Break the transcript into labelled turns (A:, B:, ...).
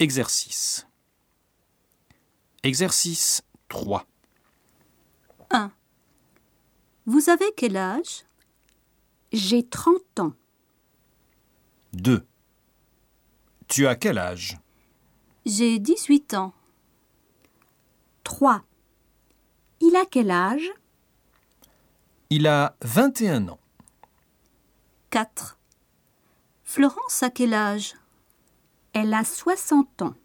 A: Exercice. Exercice 3.
B: Vous avez quel âge J'ai 30 ans.
A: 2. Tu as quel âge
B: J'ai 18 ans. 3. Il a quel âge
A: Il a 21 ans.
B: 4. Florence a quel âge Elle a 60 ans.